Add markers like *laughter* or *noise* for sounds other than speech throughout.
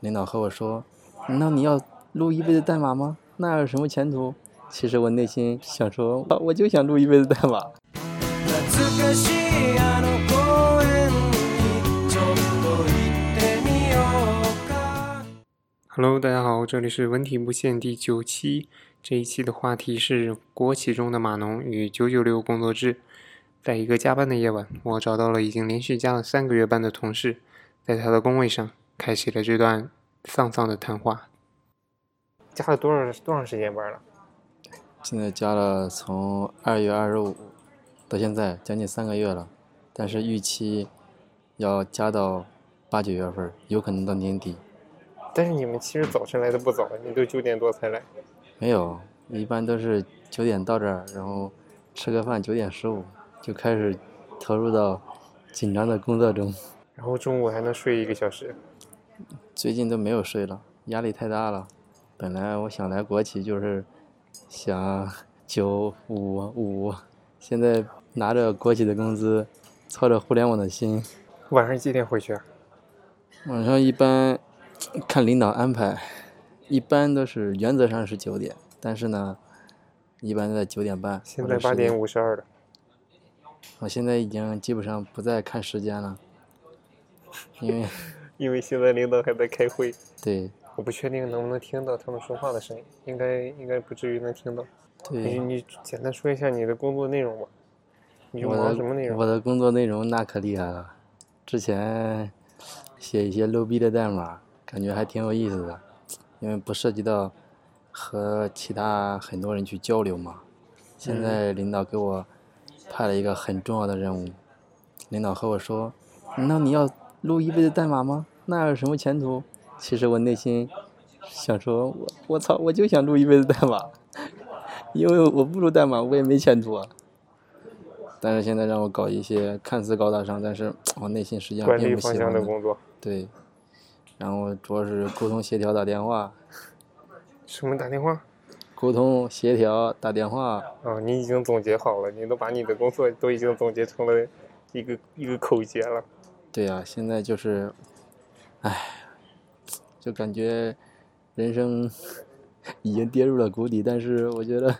领导和我说：“难道你要录一辈子代码吗？那有什么前途？”其实我内心想说，啊我就想录一辈子代码。懐かしいあの公園にちょっと行ってみようか Hello，大家好，这里是文体不限第九期。这一期的话题是国企中的码农与九九六工作制。在一个加班的夜晚，我找到了已经连续加了三个月班的同事，在他的工位上开启了这段丧丧的谈话。加了多少多长时间班了？现在加了从二月二十五到现在将近三个月了，但是预期要加到八九月份儿，有可能到年底。但是你们其实早晨来的不早，你都九点多才来。没有，一般都是九点到这儿，然后吃个饭，九点十五就开始投入到紧张的工作中。然后中午还能睡一个小时。最近都没有睡了，压力太大了。本来我想来国企就是想 *laughs* 九五五，现在拿着国企的工资，操着互联网的心，晚上几点回去啊？晚上一般看领导安排，一般都是原则上是九点，但是呢，一般在九点半。现在八点。五十二了。我现在已经基本上不再看时间了，因为因为现在领导还在开会。对我不确定能不能听到他们说话的声音，应该应该不至于能听到。你对，你简单说一下你的工作内容吧，你是我忙的什么内容我？的工作内容那可厉害了，之前写一些 low 逼的代码，感觉还挺有意思的，因为不涉及到和其他很多人去交流嘛。嗯现在领导给我派了一个很重要的任务，领导和我说：“难道你要录一辈子代码吗？那有什么前途？”其实我内心想说：“我我操，我就想录一辈子代码，因为我不录代码我也没前途啊。”但是现在让我搞一些看似高大上，但是我内心实际上管并理不喜方欢向的的工作，对，然后主要是沟通协调打电话，什么打电话？沟通协调打电话，啊，你已经总结好了，你都把你的工作都已经总结成了一个一个口诀了。对呀、现在就是，唉，就感觉人生 *laughs* 已经跌入了谷底，但是我觉得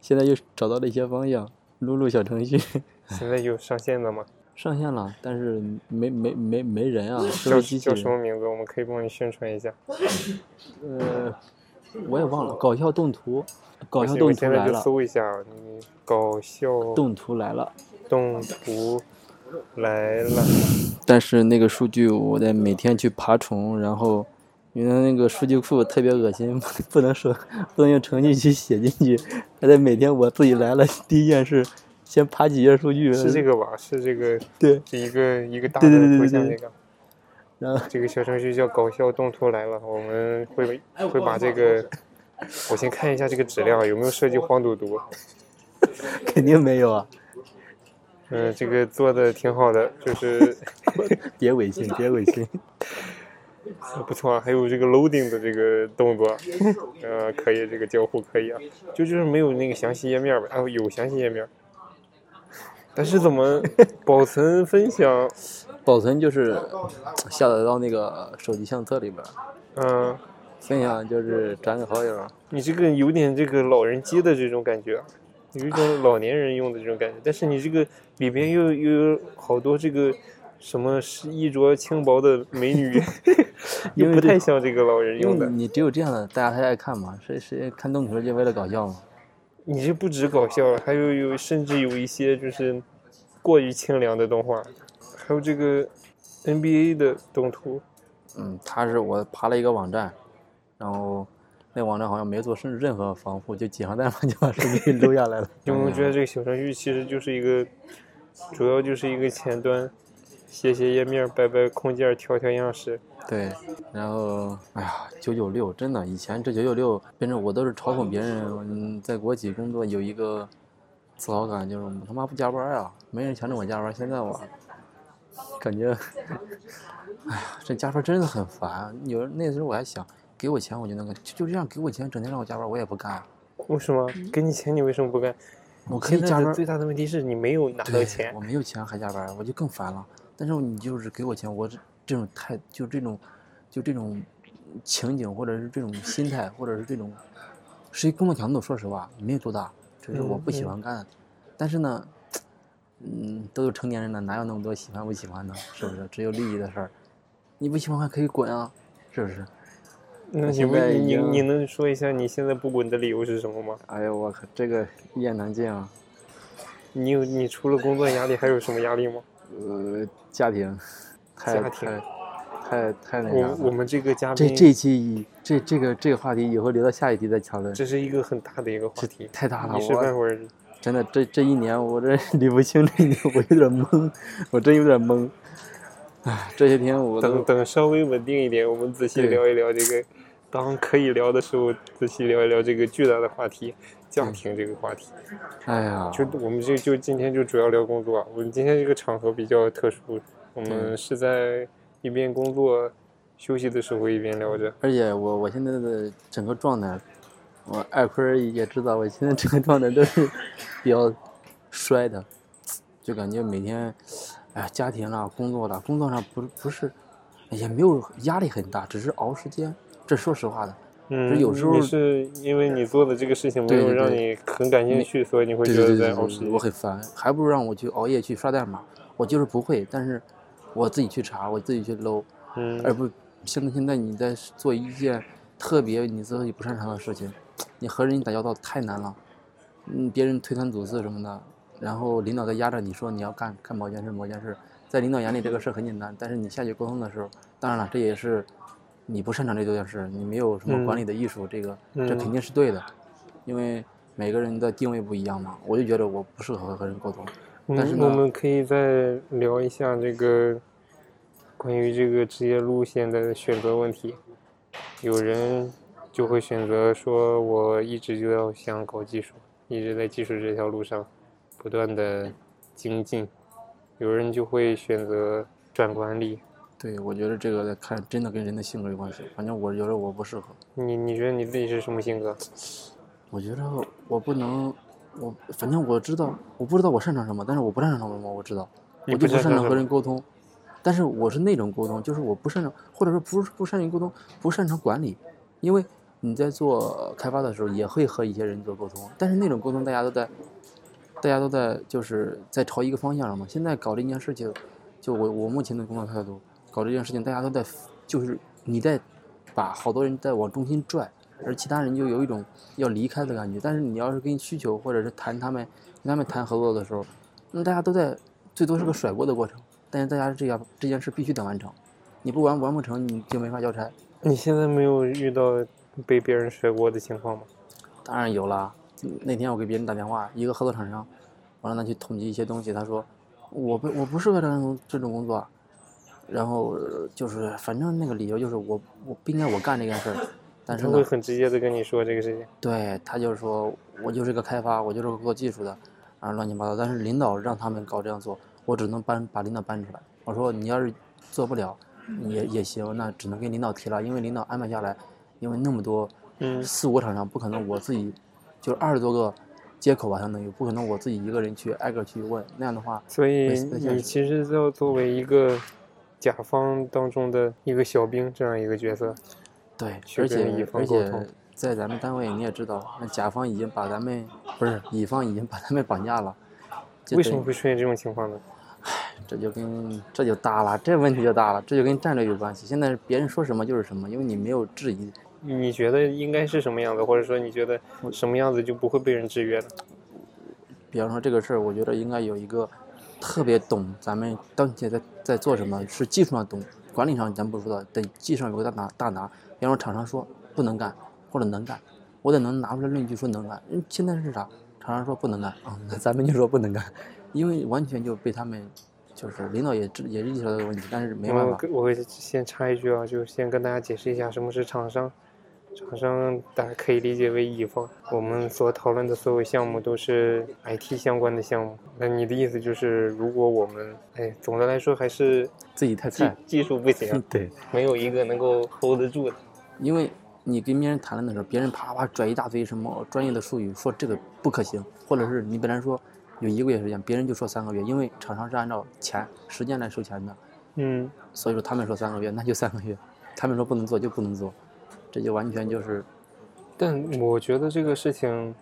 现在又找到了一些方向，录录小程序 *laughs* 现在有上线的吗？上线了，但是没没没没人啊，都叫是机器叫什人，么名字？我们可以帮你宣传一下。呃，我也忘了，搞笑动图，搞我笑现动我图现在来就了，搜一下，你搞笑动图来了。动图来了，但是那个数据我得每天去爬虫，然后因为那个数据库特别恶心， *laughs* 不能说不能用程序去写进去，还得每天我自己来了，第一件事先爬几页数据，是这个吧？是这个对，是一个一个大的对对对对头像对那个。 *laughs* 然后这个小程序叫“搞笑动图来了”，我们会会把这个，我先看一下这个质量有没有涉及黄赌毒。肯定没有啊，嗯、这个做的挺好的，就是 *laughs* 别违心，别违心，不错啊。还有这个 loading 的这个动作，呃，可以，这个交互可以啊。就就是没有那个详细页面吧？啊，有详细页面，但是怎么保存分享？保存就是下载到那个手机相册里边儿，嗯、分享就是转给好友，你这个有点这个老人机的这种感觉，啊有一种老年人用的这种感觉。但是你这个里边又又有好多这个什么是衣着轻薄的美 *laughs* 女，又因为不这太嗯像这个老人用因的为。嗯你只有这样的大家才爱看嘛，谁谁看动图就为了搞笑嘛，你这不止搞笑，还有有甚至有一些就是过于清凉的动画，还有这个 NBA 的动图。嗯，他是我爬了一个网站，然后那网站好像没做任任何防护，就几行代码就把数据录下来 *laughs* 了。因为我觉得这个小程序其实就是一个，主要就是一个前端，写写页面，摆摆空间，调调样式。对，然后哎呀，九九六真的，以前这九九六变成我都是嘲讽别人，嗯，在国企工作有一个自豪感，就是我他妈不加班啊，没人强制我加班。现在我感觉，哎呀，这加班真的很烦。有人那时候我还想，给我钱我就能干，就就这样给我钱，整天让我加班，我也不干。啊为什么给你钱你为什么不干？我可以现加在班的，最大的问题是你没有拿到对，钱我，没有钱还加班儿，我就更烦了。但是你就是给我钱，我这这种态，就这种，就这种情景，或者是这种心态，或者是这种，是一工作强度。说实话，没有多大，只是我不喜欢干。但是呢，嗯，都有成年人了，哪有那么多喜欢不喜欢呢？是不是？只有利益的事儿，你不喜欢还可以滚啊，是不是？那我你现为在已你经你能说一下你现在不滚的理由是什么吗？哎呀，我靠，这个一言难尽啊。你有你除了工作压力还有什么压力吗？呃，家庭，太家庭太太太那啥我我了。们这个嘉这宾，这一期以这这个这个话题以后留到下一集再讨论，这是一个很大的一个话题，太大了，你是我外国人，真的，这这一年我 *laughs* 这理不清这一年，我有点懵，我真有点懵。唉，这些天我等都等稍微稳定一点，我们仔细对聊一聊这个，当可以聊的时候，仔细聊一聊这个巨大的话题，家庭这个话题。哎呀，就我们就就今天就主要聊工作啊，我们今天这个场合比较特殊，我们嗯是在一边工作休息的时候一边聊着。而且我我现在的整个状态，我艾坤儿也知道，我现在整个状态都是比较衰的，就感觉每天，哎呀，家庭啦，工作啦，工作上不是不是，也没有压力很大，只是熬时间。这说实话的，嗯，有时候你是因为你做的这个事情没对有对让对你很感兴趣，所以你会对觉对得对在哦对熬对时对，间我。很烦，还不如让我去熬夜去刷代码，我就是不会，但是我自己去查，我自己去搂，而嗯，不现在现在你在做一件特别你自己不擅长的事情，你和人打交道太难了，嗯，别人推三阻四什么的，然后领导在压着你说你要干干某件事某件事，在领导眼里这个事儿很简单，但是你下去沟通的时候，当然了，这也是你不擅长这件事，你没有什么管理的艺术，这个这嗯肯定是对的，因为每个人的定位不一样嘛，我就觉得我不适合和人沟通，但是嗯呢我们可以再聊一下这个关于这个职业路线的选择问题。有人就会选择说，我一直就要想搞技术，一直在技术这条路上不断的精进。有人就会选择转管理。对我觉得这个看真的跟人的性格有关系，反正我觉得我不适合。你你觉得你自己是什么性格？我觉得我不能，我反正我知道，我不知道我擅长什么，但是我不擅长什么，我知道，你我就不不擅擅长长什和么人沟通，但是我是那种沟通，就是我不擅长，或者说不是不擅长沟通，不擅长管理，因为你在做开发的时候也会和一些人做沟通，但是那种沟通大家都在，大家都在就是在朝一个方向上嘛。现在搞这件事情，就我我目前的工作态度，搞这件事情大家都在，就是你在把好多人在往中心拽。而其他人就有一种要离开的感觉。但是你要是跟需求或者是谈他们跟他们谈合作的时候，那大家都在最多是个甩锅的过程，但是大家这样这件事必须得完成，你不完完不成你就没法交差。你现在没有遇到被别人甩锅的情况吗？当然有啦，那天我给别人打电话，一个合作厂商，我让他去统计一些东西，他说我不我不适合这种这种工作，然后呃就是反正那个理由就是我我不应该我干这件事儿，但是他呢会很直接的跟你说这个事情。对他就是说，我就是个开发，我就是个做技术的，啊，乱七八糟。但是领导让他们搞这样做，我只能搬把领导搬出来。我说你要是做不了，也也行，那只能跟领导提了，因为领导安排下来，因为那么多嗯四五个厂商，不可能我自己就二十多个接口吧，相当于不可能我自己一个人去挨个去问，那样的话，所以没事没事你其实要作为一个甲方当中的一个小兵这样一个角色，对，去而跟乙且方而沟且通在咱们单位你也知道，那甲方已经把咱们不是乙方已经把咱们绑架了。就为什等于么会出现这种情况呢？这就跟这就大了，这问题就大了，这就跟战略有关系。现在别人说什么就是什么，因为你没有质疑。你觉得应该是什么样子，或者说你觉得什么样子就不会被人制约了？比方说这个事儿，我觉得应该有一个特别懂咱们当前在在做什么，是技术上懂，管理上咱不知道，得技术上有个大拿大拿。比方说厂商说不能干或者能干，我得能拿出来论据说能干。嗯，现在是啥？厂商说不能干 *laughs* 啊、那咱们就说不能干，因为完全就被他们就是领导也知也意识到这个问题，但是没办我法。跟我先插一句啊，就先跟大家解释一下什么是厂商。厂商大家可以理解为乙方。我们所讨论的所有项目都是 IT 相关的项目。那你的意思就是，如果我们，哎，总的来说还是自己太技菜，技术 *laughs* 不行，对。没有一个能够 hold 得住的。因为你跟别人谈论的时候，别人啪啪拽一大堆什么专业的术语，说这个不可行，或者是你本来说有一个月时间，别人就说三个月，因为厂商是按照钱时间来收钱的，嗯，所以说他们说三个月，那就三个月。他们说不能做就不能做，这就完全就是但我觉得这个事情，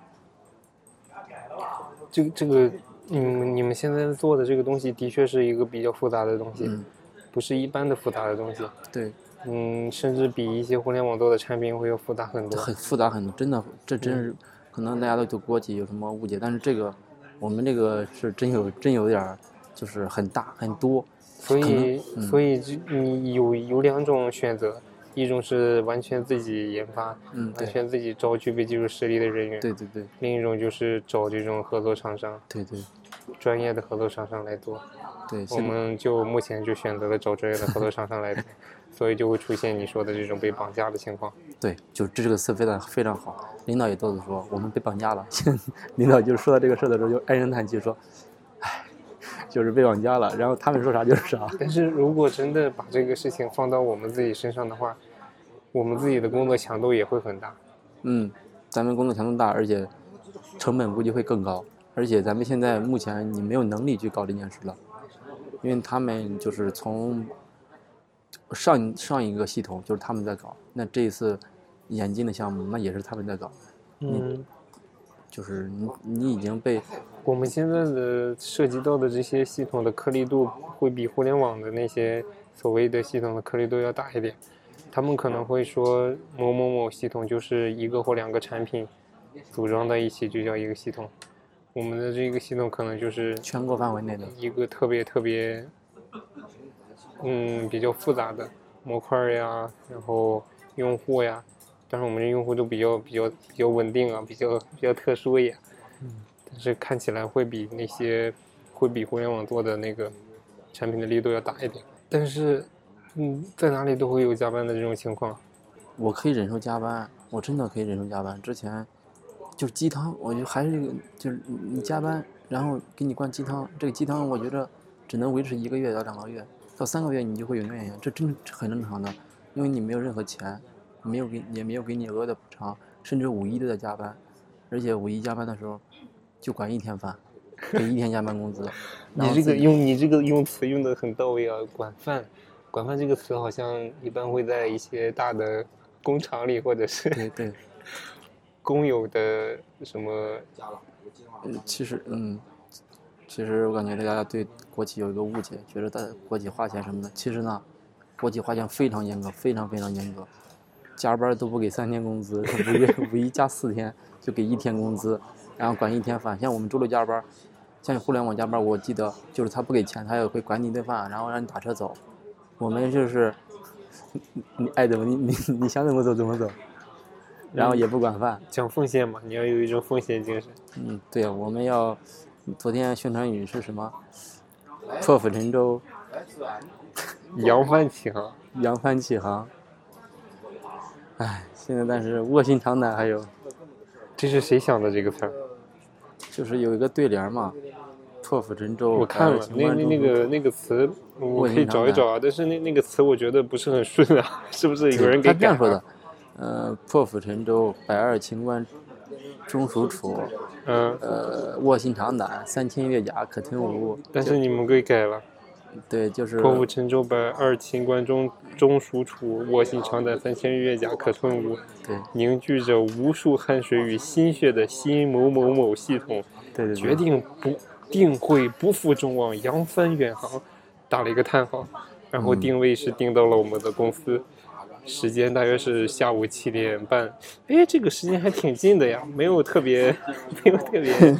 这个这个，你们你们现在做的这个东西，的确是一个比较复杂的东西，嗯不是一般的复杂的东西。对嗯，甚至比一些互联网做的产品会要复杂很多。很复杂很多，真的这真是可能大家都对国企有什么误解，但是这个我们这个是真有真有点儿就是很大很多，所可以能，嗯所以就你有有两种选择，一种是完全自己研发，嗯完对全自己招具备技术实力的人员；对对对另一种就是找这种合作厂商，对对专业的合作厂商来做。对，我现在们就目前就选择了找专业的合作厂商来做，所以就会出现你说的这种被绑架的情况。对就这个词非常非常好，领导也都是说我们被绑架了， *laughs* 领导就说到这个事儿的时候就唉声叹气说，唉，就是被绑架了，然后他们说啥就是啥，但是如果真的把这个事情放到我们自己身上的话，我们自己的工作强度也会很大。嗯，咱们工作强度大，而且成本估计会更高，而且咱们现在目前你没有能力去搞这件事了，因为他们就是从上上一个系统就是他们在搞，那这一次引进的项目那也是他们在搞，嗯，就是你你已经被我们现在的涉及到的这些系统的颗粒度会比互联网的那些所谓的系统的颗粒度要大一点。他们可能会说某某某系统就是一个或两个产品组装在一起就叫一个系统，我们的这个系统可能就是全国范围内的，一个特别特别，嗯，比较复杂的模块儿呀，然后用户呀，但是我们这用户都比较比较比较稳定啊，比较比较特殊一点，嗯但是看起来会比那些会比互联网做的那个产品的力度要大一点，但是，嗯，在哪里都会有加班的这种情况，我可以忍受加班，我真的可以忍受加班。之前就是鸡汤，我就还是就是你你加班，然后给你灌鸡汤，这个鸡汤我觉着只能维持一个月到两个月，到三个月你就会有怨言，这真的很正常的，因为你没有任何钱，没有给也没有给你额外的补偿，甚至五一都在加班，而且五一加班的时候就管一天饭，给一天加班工资。然 *laughs* 你后这自个己用你这个用词用的很到位啊，管饭，管饭这个词好像一般会在一些大的工厂里或者是对对，工友的什么，嗯，其实，嗯，其实我感觉大家对国企有一个误解，觉得大国企花钱什么的。其实呢，国企花钱非常严格，非常非常严格，加班都不给三天工资，五月五一加四天就给一天工资，然后管一天饭。像我们周六加班，像互联网加班，我记得就是他不给钱，他也会管你一顿饭，然后让你打车走。我们就是，你你爱怎么你你你想怎么走怎么走，然后也不管饭。讲奉献嘛，你要有一种奉献精神。嗯，对呀，我们要昨天宣传语是什么？破釜沉舟，扬帆起航，扬帆起航。唉，现在但是卧薪尝胆，还有这是谁想的这个词儿？就是有一个对联儿嘛，破釜沉舟。我看还有了什，么那那那个那个词，我我已可以经找拿一来找啊，但是那那个词我觉得不是很顺啊， *laughs* 是不是有人给他这改样说了的，呃，破釜沉舟，百二秦关终属楚，嗯，呃，卧薪尝胆，三千越甲可吞吴。但是你们给改了。对，就是破釜沉舟，百二秦关中，终属楚。卧薪尝胆，三千日月甲可吞吴。对凝聚着无数汗水与心血的新某某某系统，对对对，决定不定会不负众望，扬帆远航。打了一个叹号，然后嗯定位是定到了我们的公司，时间大约是下午七点半。哎，这个时间还挺近的呀，没有特别，没有特别。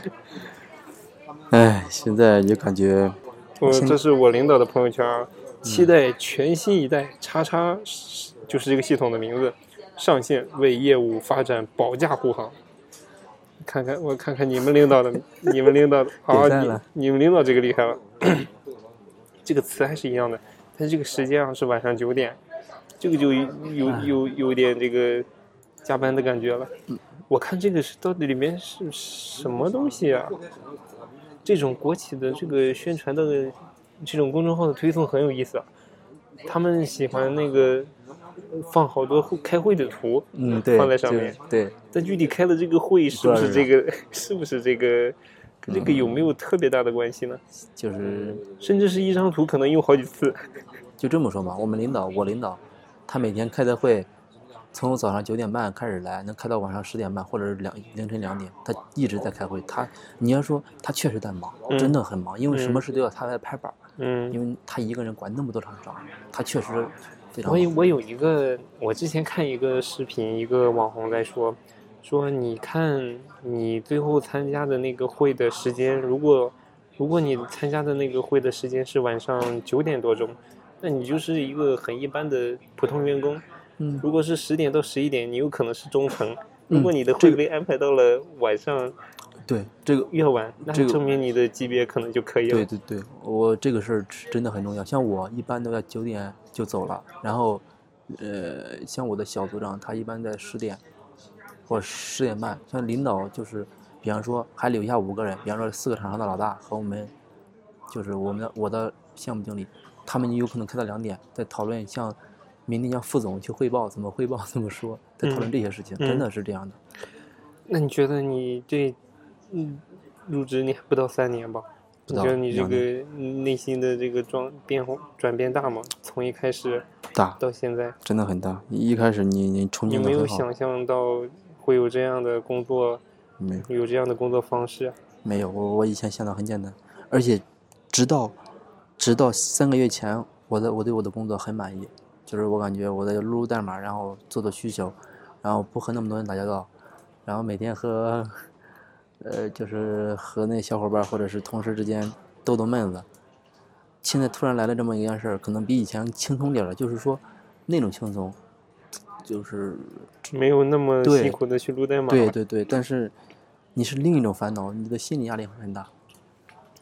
唉，现在就感觉我这是我领导的朋友圈啊，期待全新一代叉叉，就是这个系统的名字上线，为业务发展保驾护航。看看我看看你们领导的，你们领导的啊，点赞你了你们领导这个厉害了，这个词还是一样的，但这个时间啊上是晚上九点，这个就有有有有点这个加班的感觉了。我看这个是到底里面是什么东西啊？这种国企的这个宣传的这种公众号的推送很有意思啊，他们喜欢那个放好多会开会的图，嗯，对，放在上就面对。但具体开的这个会是不是这个，是不是这个，跟这个有没有特别大的关系呢？就是甚至是一张图可能用好几次，嗯就这么说吧，我们领导，我领导，他每天开的会，从早上九点半开始来，能开到晚上十点半，或者是两凌晨两点，他一直在开会。他你要说他确实在忙，嗯真的很忙，因为什么嗯事都要他来拍板儿，嗯，因为他一个人管那么多厂商，他确实非常啊我有忙我有一个，我之前看一个视频，一个网红在说，说你看你最后参加的那个会的时间，如果如果你参加的那个会的时间是晚上九点多钟，那你就是一个很一般的普通员工。嗯如果是十点到十一点，你有可能是中层。嗯如果你的这会个被安排到了晚上对这个越晚，那这个证明你的级别可能就可以了。对对对，我这个事儿是真的很重要。像我一般都在九点就走了，然后，呃，像我的小组长他一般在十点或十点半。像领导就是，比方说还留下五个人，比方说四个厂商的老大和我们，就是我们的我的项目经理，他们有可能开到两点，在讨论像明天向副总去汇报怎么汇报怎么说，在讨论嗯这些事情，真嗯的是这样的。那你觉得你这，嗯，入职你还不到三年吧？不你到觉得你这两个嗯内心的这个转变化转变大吗？从一开始大到现在，真的很大，一开始你你憧你憬的没有很好，想象到会有这样的工作，没有。有这样的工作方式？没有，我我以前想的很简单，而且直到直到三个月前，我的我对我的工作很满意，就是我感觉我在录入代码，然后做做需求，然后不和那么多人打交道，然后每天和呃就是和那小伙伴或者是同事之间逗逗闷子。现在突然来了这么一件事儿，可能比以前轻松点儿了，就是说那种轻松，就是没有那么对辛苦的去撸代码对了对对，但是你是另一种烦恼，你的心理压力会很大。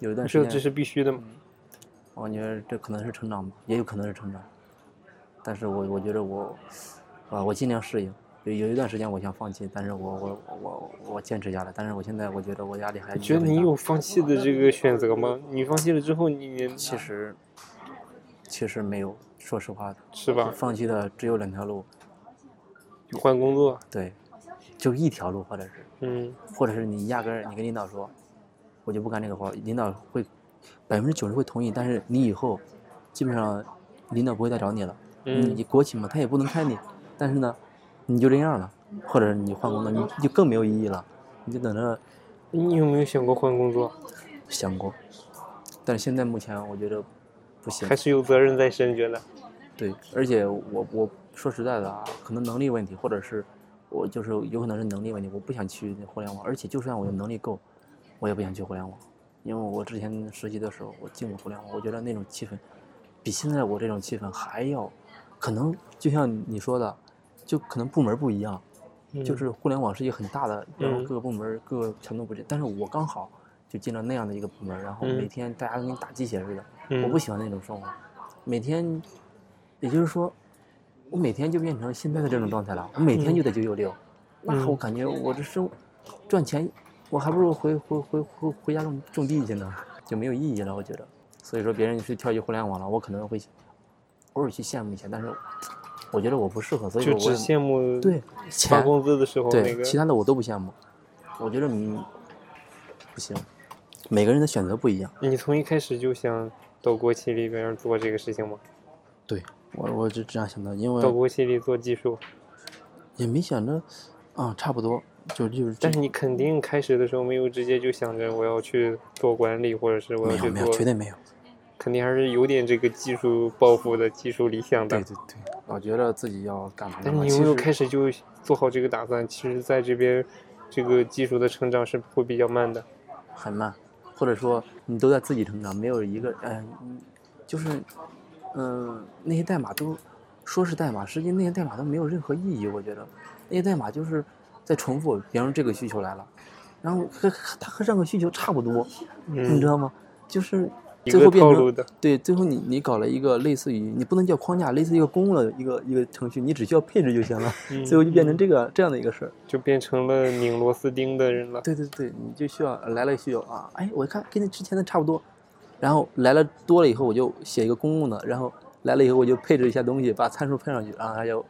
有一段时这间，这是必须的嘛。嗯我觉得这可能是成长吧，也有可能是成长。但是我我觉得我，啊，我尽量适应。有有一段时间我想放弃，但是我我我我坚持下来。但是我现在我觉得我压力还你觉得很你大有放弃的这个选择吗？你放弃了之后，你你其实其实没有，说实话，是吧？放弃的只有两条路，换工作，对，就一条路，或者是嗯或者是你压根儿你跟领导说，我就不干这个活儿，领导会百分之九十会同意，但是你以后基本上领导不会再找你了。嗯你国企嘛，他也不能开你，但是呢，你就这样了，或者你换工作，你就更没有意义了，你就等着你有没有想过换工作？想过。但是现在目前我觉得不行还，是有责任在身，觉得？对，而且我我说实在的啊，可能能力问题，或者是我就是有可能是能力问题，我不想去互联网，而且就算我有能力够，我也不想去互联网，因为我之前实习的时候，我进过互联网，我觉得那种气氛比现在我这种气氛还要，可能就像你说的，就可能部门不一样，就嗯是互联网是一个很大的，然后嗯各个部门儿、各个强度不一，但是我刚好就进了那样的一个部门儿，然后每嗯天大家跟打鸡血似的，嗯我不喜欢那种生活，每天，也就是说，我每天就变成现在的这种状态了，我每天就得九九六，那嗯我感觉我这生赚钱，我还不如回回回回回家种种地去呢，就没有意义了，我觉得。所以说别人去跳去互联网了，我可能会偶尔去羡慕一下，但是我觉得我不适合，所以就说我只也羡慕对发钱。工资的时候那对，个。其他的我都不羡慕。我觉得你不行，每个人的选择不一样。你从一开始就想到国企里边做这个事情吗？对我，我就这样想的，因到为国企里做技术，也没想着，啊、差不多，就就是这但是你肯定开始的时候没有直接就想着我要去做管理，或者是我没要去有没有，绝做，对没有。肯定还是有点这个技术抱负的、技术理想的对。对对，我觉得自己要干嘛干但是嘛。你其有没有实开始就做好这个打算？其实在这边，这个技术的成长是会比较慢的。很慢，或者说你都在自己成长，没有一个嗯、就是嗯、那些代码都说是代码，实际那些代码都没有任何意义。我觉得那些代码就是在重复，比方说这个需求来了，然后和和它和上个需求差不多，你知嗯，道吗？就是一最后个变套路成的。对，最后你你搞了一个类似于你不能叫框架，类似于一个公了一个一个程序，你只需要配置就行了，嗯最后就变成嗯这个这样的一个事儿。就变成了拧螺丝钉的人了。对对对，你就需要来了需要啊，哎，我看跟那之前的差不多，然后来了多了以后，我就写一个公共的，然后来了以后我就配置一下东西，把参数配上去，然后它就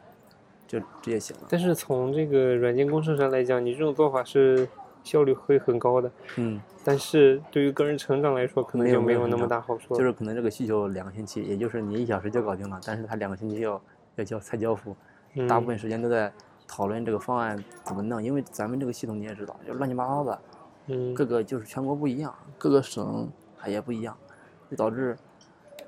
就直接行了。但是从这个软件工程上来讲，你这种做法是效率会很高的，嗯，但是对于个人成长来说，可能没有就没没有有那成么长大好处了。就是可能这个需求两个星期，也就是你一小时就搞定了，但是它两个星期要在教在教辅，嗯大部分时间都在讨论这个方案怎么弄，因为咱们这个系统你也知道，就乱七八糟的，嗯各个就是全国不一样，各个省还也不一样，就导致，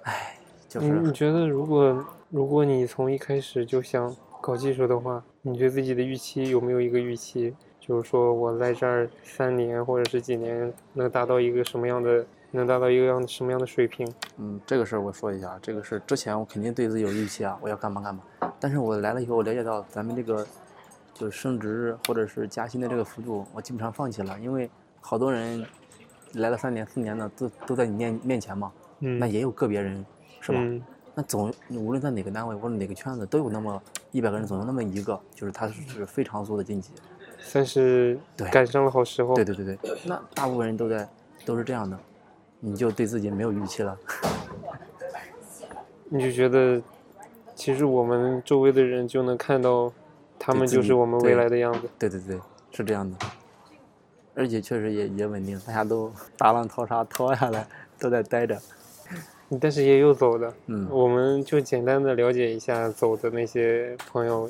唉，就你嗯你是觉得如果如果你从一开始就想搞技术的话，你对自己的预期有没有一个预期？就是说我在这儿三年或者是几年能达到一个什么样的，能达到一个样什么样的水平？嗯，这个事儿我说一下，这个事儿之前我肯定对自己有预期啊，我要干嘛干嘛，但是我来了以后，我了解到咱们这个就是升职或者是加薪的这个幅度，我基本上放弃了，因为好多人来了三年四年的都都在你面面前嘛，嗯，那也有个别人是吧？嗯那总无论在哪个单位或者哪个圈子，都有那么一百个人，总有那么一个，就是他是非常做的晋级。算是对赶上了好时候。对对对对，那大部分人都在都是这样的，你就对自己没有预期了。你就觉得，其实我们周围的人就能看到，他对们自就己是我们未对来的样子。对对对，是这样的，而且确实也也稳定，大家都大浪淘沙淘下来，都在待着。但是也有走的，嗯我们就简单的了解一下走的那些朋友，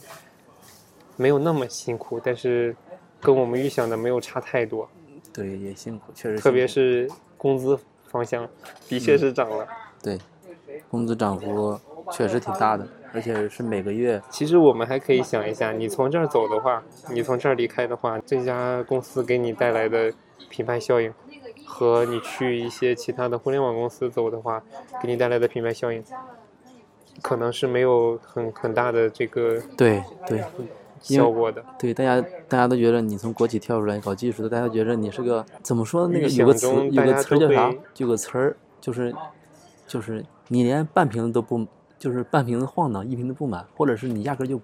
没有那么辛苦，但是跟我们预想的没有差太多，对，也辛苦，确实辛苦。嗯特别是工资方向，的确是涨了。对，工资涨幅确实挺大的，而且是每个月。其实我们还可以想一下，你从这儿走的话，你从这儿离开的话，这家公司给你带来的品牌效应，和你去一些其他的互联网公司走的话，给你带来的品牌效应，可能是没有很很大的这个对对因为效果的。对，大家大家都觉得你从国企跳出来搞技术的，大家觉得你是个怎么说那个预有个想词中有大个家词儿都叫啥会？有个词儿就是就是你连半瓶子都不就是半瓶子晃荡，一瓶都不满，或者是你压根儿就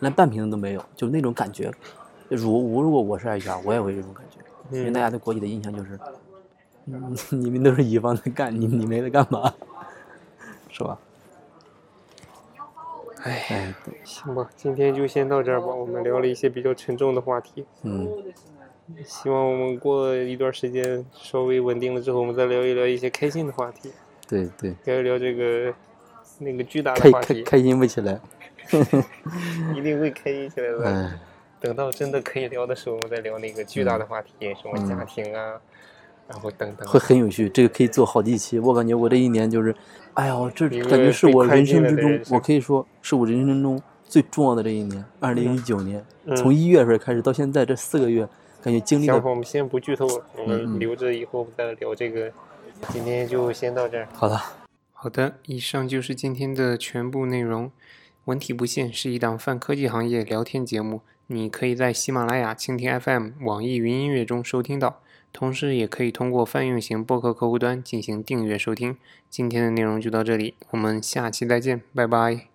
连半瓶子都没有，就那种感觉。如如果我是 HR，我也会有这种感觉，因为嗯大，家对国企的印象就是，嗯、 *laughs* 你们都是乙方在干，你你们在干嘛，是吧？哎，哎，对行吧，今天就先到这儿吧。我们聊了一些比较沉重的话题，嗯。希望我们过一段时间稍微稳定了之后，我们再聊一聊一些开心的话题，对对，聊一聊这个那个巨大开的话开题，开心不起来，一定会开心起来的。哎，等到真的可以聊的时候，我们再聊那个巨大的话题，什么家庭啊，然后等等。嗯会很有趣。这个可以做好几期。我感觉我这一年就是，哎呀，我这一感个觉是被我宽人进生了之的中人，生我可以说是我人生中最重要的这一年。二零一九年，嗯从一月份开始到现在这四个月，感觉经历小伙，了。我们先不剧透了，我嗯们嗯留着以后再聊这个。今天就先到这儿。好的，好的，以上就是今天的全部内容。文体不限是一档泛科技行业聊天节目，你可以在喜马拉雅、蜻蜓 FM、网易云音乐中收听到，同时也可以通过泛用型播客客户端进行订阅收听。今天的内容就到这里，我们下期再见，拜拜。